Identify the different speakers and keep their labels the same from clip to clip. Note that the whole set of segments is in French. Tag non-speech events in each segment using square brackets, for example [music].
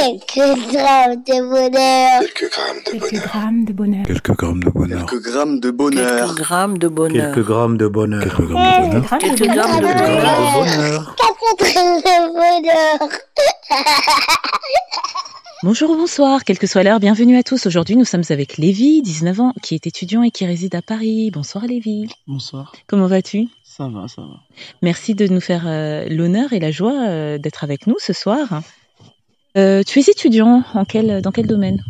Speaker 1: Quelques grammes de bonheur.
Speaker 2: Quelques grammes de
Speaker 3: Quelques
Speaker 2: bonheur.
Speaker 3: grammes de bonheur.
Speaker 4: Quelques grammes de bonheur.
Speaker 5: Quelques grammes de
Speaker 6: Quelques
Speaker 5: bonheur.
Speaker 6: grammes de bonheur.
Speaker 7: Quelques grammes de bonheur.
Speaker 4: Quelques grammes de bonheur.
Speaker 3: Quelques
Speaker 6: Quelques grammes
Speaker 3: grammes de
Speaker 6: de
Speaker 3: bonheur.
Speaker 7: bonheur.
Speaker 1: Quatre grammes de bonheur.
Speaker 8: Bonjour, bonsoir, quelle que soit l'heure, bienvenue à tous. Aujourd'hui, nous sommes avec Lévi, 19 ans, qui est étudiant et qui réside à Paris. Bonsoir Lévi.
Speaker 9: Bonsoir,
Speaker 8: Comment vas-tu
Speaker 9: ça va, ça va.
Speaker 8: Merci de nous faire euh, l'honneur et la joie euh, d'être avec nous ce soir. Euh, tu es étudiant en quel, dans quel domaine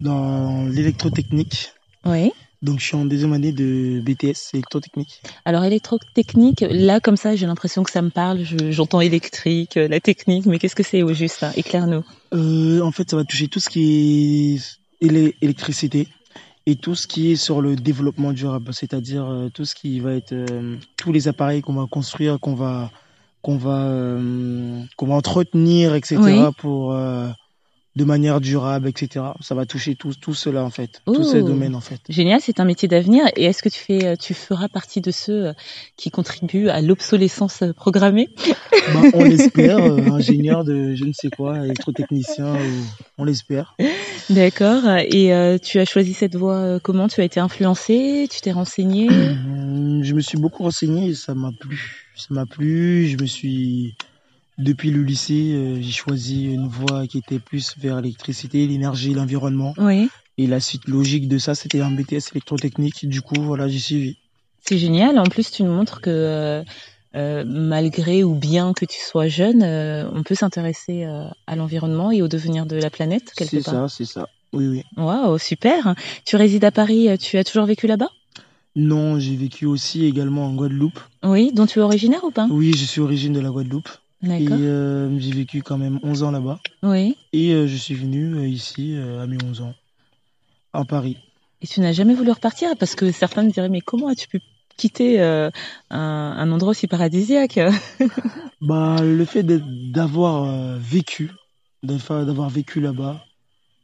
Speaker 9: Dans l'électrotechnique,
Speaker 8: Oui.
Speaker 9: donc je suis en deuxième année de BTS électrotechnique.
Speaker 8: Alors électrotechnique, là comme ça, j'ai l'impression que ça me parle. Je- J'entends électrique, euh, la technique, mais qu'est-ce que c'est au juste hein Éclaire-nous.
Speaker 9: Euh, en fait, ça va toucher tout ce qui est élé- électricité et tout ce qui est sur le développement durable, c'est-à-dire euh, tout ce qui va être euh, tous les appareils qu'on va construire, qu'on va qu'on va euh, qu'on va entretenir, etc.
Speaker 8: Oui.
Speaker 9: pour euh, de manière durable, etc. Ça va toucher tout tout cela en fait, tous ces
Speaker 8: Oh.
Speaker 9: domaines en fait.
Speaker 8: Génial, c'est un métier d'avenir. Et est-ce que tu fais, euh, tu feras partie de ceux euh, qui contribuent à l'obsolescence euh, programmée
Speaker 9: Bah, on l'espère, euh, ingénieur de je ne sais quoi, électrotechnicien, euh, on l'espère.
Speaker 8: D'accord. Et euh, tu as choisi cette voie euh, comment Tu as été influencé Tu t'es [clears throat] renseigné
Speaker 9: Euh, Je me suis beaucoup renseigné et ça m'a plu. Ça m'a plu, je me suis... Depuis le lycée, euh, j'ai choisi une voie qui était plus vers l'électricité, l'énergie, l'environnement.
Speaker 8: Oui.
Speaker 9: Et la suite logique de ça, c'était un BTS électrotechnique. Du coup, voilà, j'ai suivi.
Speaker 8: C'est génial. En plus, tu nous montres que euh, euh, malgré ou bien que tu sois jeune, euh, on peut s'intéresser euh, à l'environnement et au devenir de la planète quelque
Speaker 9: C'est
Speaker 8: part.
Speaker 9: ça, c'est ça. Oui, oui.
Speaker 8: Waouh, super. Tu résides à Paris. euh, Tu as toujours vécu là-bas
Speaker 9: Non, j'ai vécu aussi également en Guadeloupe.
Speaker 8: Oui. Dont tu es originaire ou pas
Speaker 9: Oui, je suis origine de la Guadeloupe. Et
Speaker 8: D'accord.
Speaker 9: euh, j'ai vécu quand même 11 ans là-bas.
Speaker 8: Oui.
Speaker 9: Et euh, je suis venu euh, ici euh, à mes 11 ans, à Paris.
Speaker 8: Et tu n'as jamais voulu repartir parce que certains me diraient mais comment as-tu pu quitter euh, un, un endroit aussi paradisiaque [laughs]
Speaker 9: Bah, le fait d'être- d'avoir euh, vécu, d'avoir d'avoir vécu là-bas,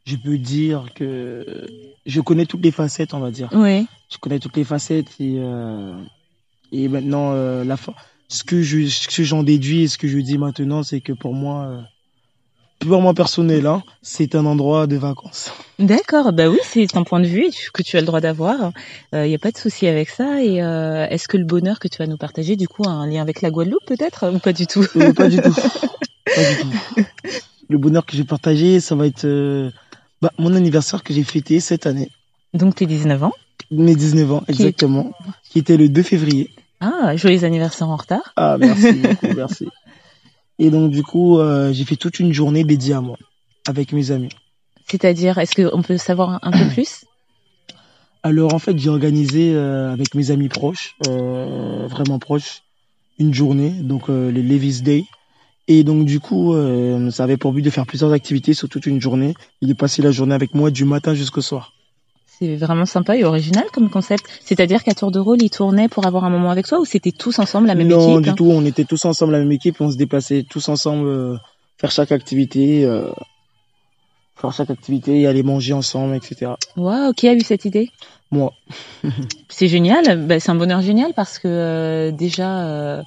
Speaker 9: je peux dire que je connais toutes les facettes, on va dire.
Speaker 8: Oui.
Speaker 9: Je connais toutes les facettes et, euh, et maintenant, euh, la fin. ce que je- ce que j'en déduis et ce que je dis maintenant, c'est que pour moi, euh, purement personnel, hein, c'est un endroit de vacances.
Speaker 8: D'accord, bah oui, c'est un point de vue que tu as le droit d'avoir. Il n'y a pas de souci avec ça. Et euh, est-ce que le bonheur que tu vas nous partager, du coup, a un lien avec la Guadeloupe peut-être ou pas du tout
Speaker 9: Euh, pas du [laughs] tout. Pas du tout. Le bonheur que j'ai partagé, ça va être euh, bah, mon anniversaire que j'ai fêté cette année,
Speaker 8: [laughs] Donc t'es 19 ans.
Speaker 9: mes 19 ans
Speaker 8: Qui est-
Speaker 9: exactement, qui était le 2 février.
Speaker 8: Ah, joyeux anniversaire en retard.
Speaker 9: Ah,
Speaker 8: [laughs]
Speaker 9: merci beaucoup, merci. Et donc, du coup, euh, j'ai fait toute une journée dédiée à moi, avec mes amis.
Speaker 8: C'est-à-dire, est-ce qu'on peut savoir un
Speaker 9: [coughs]
Speaker 8: peu plus
Speaker 9: Alors, en fait, j'ai organisé euh, avec mes amis proches, euh, vraiment proches, une journée, donc euh, les Levis Day. Et donc, du coup, euh, ça avait pour but de faire plusieurs activités sur toute une journée et de passer la journée avec moi du matin jusqu'au soir.
Speaker 8: C'est vraiment sympa et original comme concept. C'est-à-dire qu'à tour de rôle, ils tournaient pour avoir un moment avec toi ou c'était tous ensemble la même
Speaker 9: non,
Speaker 8: équipe
Speaker 9: du
Speaker 8: hein
Speaker 9: tout. On était tous ensemble, la même équipe. On se déplaçait tous ensemble, euh, faire chaque activité, euh, faire chaque activité et aller manger ensemble, etc.
Speaker 8: Waouh, qui a eu cette idée
Speaker 9: Moi.
Speaker 8: [laughs] C'est génial, bah, c'est un bonheur génial parce que euh, déjà, euh,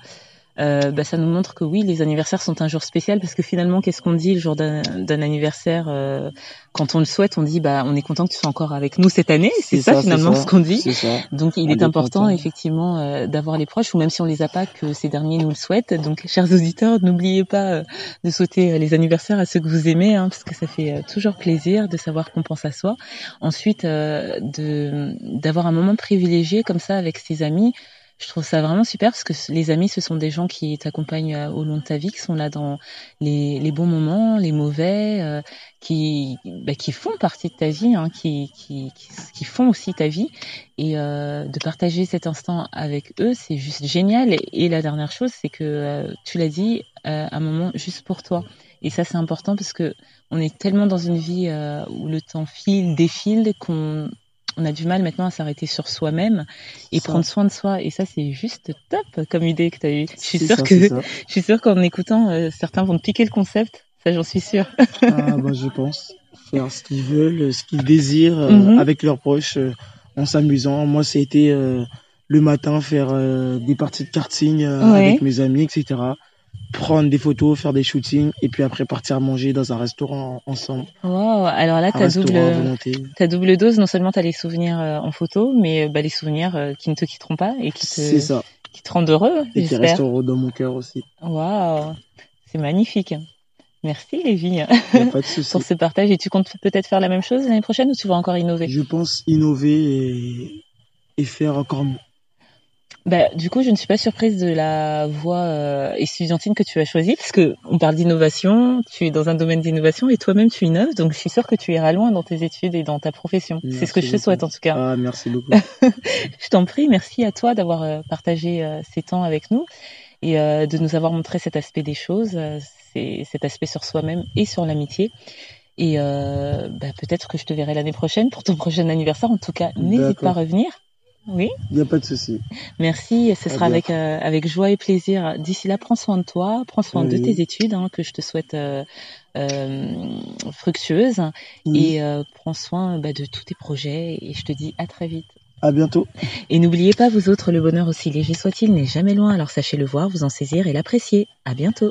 Speaker 8: euh, bah, ça nous montre que oui, les anniversaires sont un jour spécial parce que finalement, qu'est-ce qu'on dit le jour d'un d'un anniversaire euh, Quand on le souhaite, on dit bah on est content que tu sois encore avec nous cette année. C'est
Speaker 9: C'est
Speaker 8: ça,
Speaker 9: ça, c'est
Speaker 8: finalement
Speaker 9: ça.
Speaker 8: ce qu'on dit.
Speaker 9: C'est ça.
Speaker 8: Donc il
Speaker 9: On
Speaker 8: est,
Speaker 9: est
Speaker 8: important
Speaker 9: content.
Speaker 8: effectivement euh, d'avoir les proches ou même si on les a pas que ces derniers nous le souhaitent. Donc chers auditeurs, n'oubliez pas euh, de souhaiter euh, les anniversaires à ceux que vous aimez hein, parce que ça fait euh, toujours plaisir de savoir qu'on pense à soi. Ensuite euh, de d'avoir un moment privilégié comme ça avec ses amis. Je trouve ça vraiment super parce que c- les amis, ce sont des gens qui t'accompagnent euh, au long de ta vie, qui sont là dans les, les bons moments, les mauvais, euh, qui, bah, qui font partie de ta vie, hein, qui, qui, qui, qui font aussi ta vie. Et euh, de partager cet instant avec eux, c'est juste génial. Et, et la dernière chose, c'est que euh, tu l'as dit, euh, un moment juste pour toi. Et ça, c'est important parce que on est tellement dans une vie euh, où le temps file, défile, qu'on on a du mal maintenant à s'arrêter sur soi-même et
Speaker 9: Ça.
Speaker 8: prendre soin de soi. Et ça, c'est juste top comme idée que tu as eue. Je suis
Speaker 9: C'est
Speaker 8: sûre
Speaker 9: ça,
Speaker 8: que
Speaker 9: c'est ça.
Speaker 8: je suis sûre qu'en écoutant, euh, certains vont te piquer le concept. Ça, j'en suis sûre.
Speaker 9: Ah, bah, je pense faire ce qu'ils veulent, ce qu'ils désirent euh,
Speaker 8: Mhm.
Speaker 9: avec leurs proches, euh, en s'amusant. Moi, c'était euh, le matin faire euh, des parties de karting euh,
Speaker 8: Ouais.
Speaker 9: avec mes amis, etc. prendre des photos, faire des shootings et puis après partir manger dans un restaurant ensemble.
Speaker 8: Wow, Oh, alors là,
Speaker 9: un
Speaker 8: Ah, t'as
Speaker 9: restaurant
Speaker 8: double,
Speaker 9: à volonté.
Speaker 8: t'as double dose. Non seulement t'as les souvenirs euh, en photo, mais euh, bah, les souvenirs euh, qui ne te quitteront pas et qui
Speaker 9: C'est
Speaker 8: te,
Speaker 9: ça.
Speaker 8: qui te rendent heureux,
Speaker 9: Et qui
Speaker 8: j'espère.
Speaker 9: resteront dans mon cœur aussi.
Speaker 8: Waouh, c'est magnifique. Merci Lévi [laughs]
Speaker 9: Il n'y a pas de souci.
Speaker 8: pour ce partage. Et tu comptes peut-être faire la même chose l'année prochaine ou tu vas encore innover
Speaker 9: Je pense innover et, et faire encore mieux.
Speaker 8: Bah, du coup, je ne suis pas surprise de la voie euh, étudiantine que tu as choisie, parce que on parle d'innovation, tu es dans un domaine d'innovation et toi-même tu innoves, donc je suis sûre que tu iras loin dans tes études et dans ta profession. C'est ce que je te
Speaker 9: Merci beaucoup.
Speaker 8: souhaite en tout cas.
Speaker 9: Ah, merci
Speaker 8: [laughs]
Speaker 9: beaucoup.
Speaker 8: Je t'en prie, merci à toi d'avoir euh, partagé euh, ces temps avec nous et euh, de nous avoir montré cet aspect des choses, euh, c'est- cet aspect sur soi-même et sur l'amitié. Et euh, bah, peut-être que je te verrai l'année prochaine pour ton [laughs] prochain anniversaire. En tout cas, n'hésite pas à
Speaker 9: D'accord.
Speaker 8: revenir. Oui.
Speaker 9: Il n'y a pas de souci.
Speaker 8: Merci, ce
Speaker 9: À
Speaker 8: sera avec,
Speaker 9: bientôt.
Speaker 8: euh, avec joie et plaisir. D'ici là, prends soin de toi, prends soin de
Speaker 9: Oui.
Speaker 8: tes études, hein, que je te souhaite euh, euh, fructueuses,
Speaker 9: Oui.
Speaker 8: et euh, prends soin bah, de tous tes projets, et je te dis à très vite.
Speaker 9: À bientôt.
Speaker 8: Et n'oubliez pas, vous autres, le bonheur aussi léger soit-il n'est jamais loin, alors sachez le voir, vous en saisir et l'apprécier. À bientôt.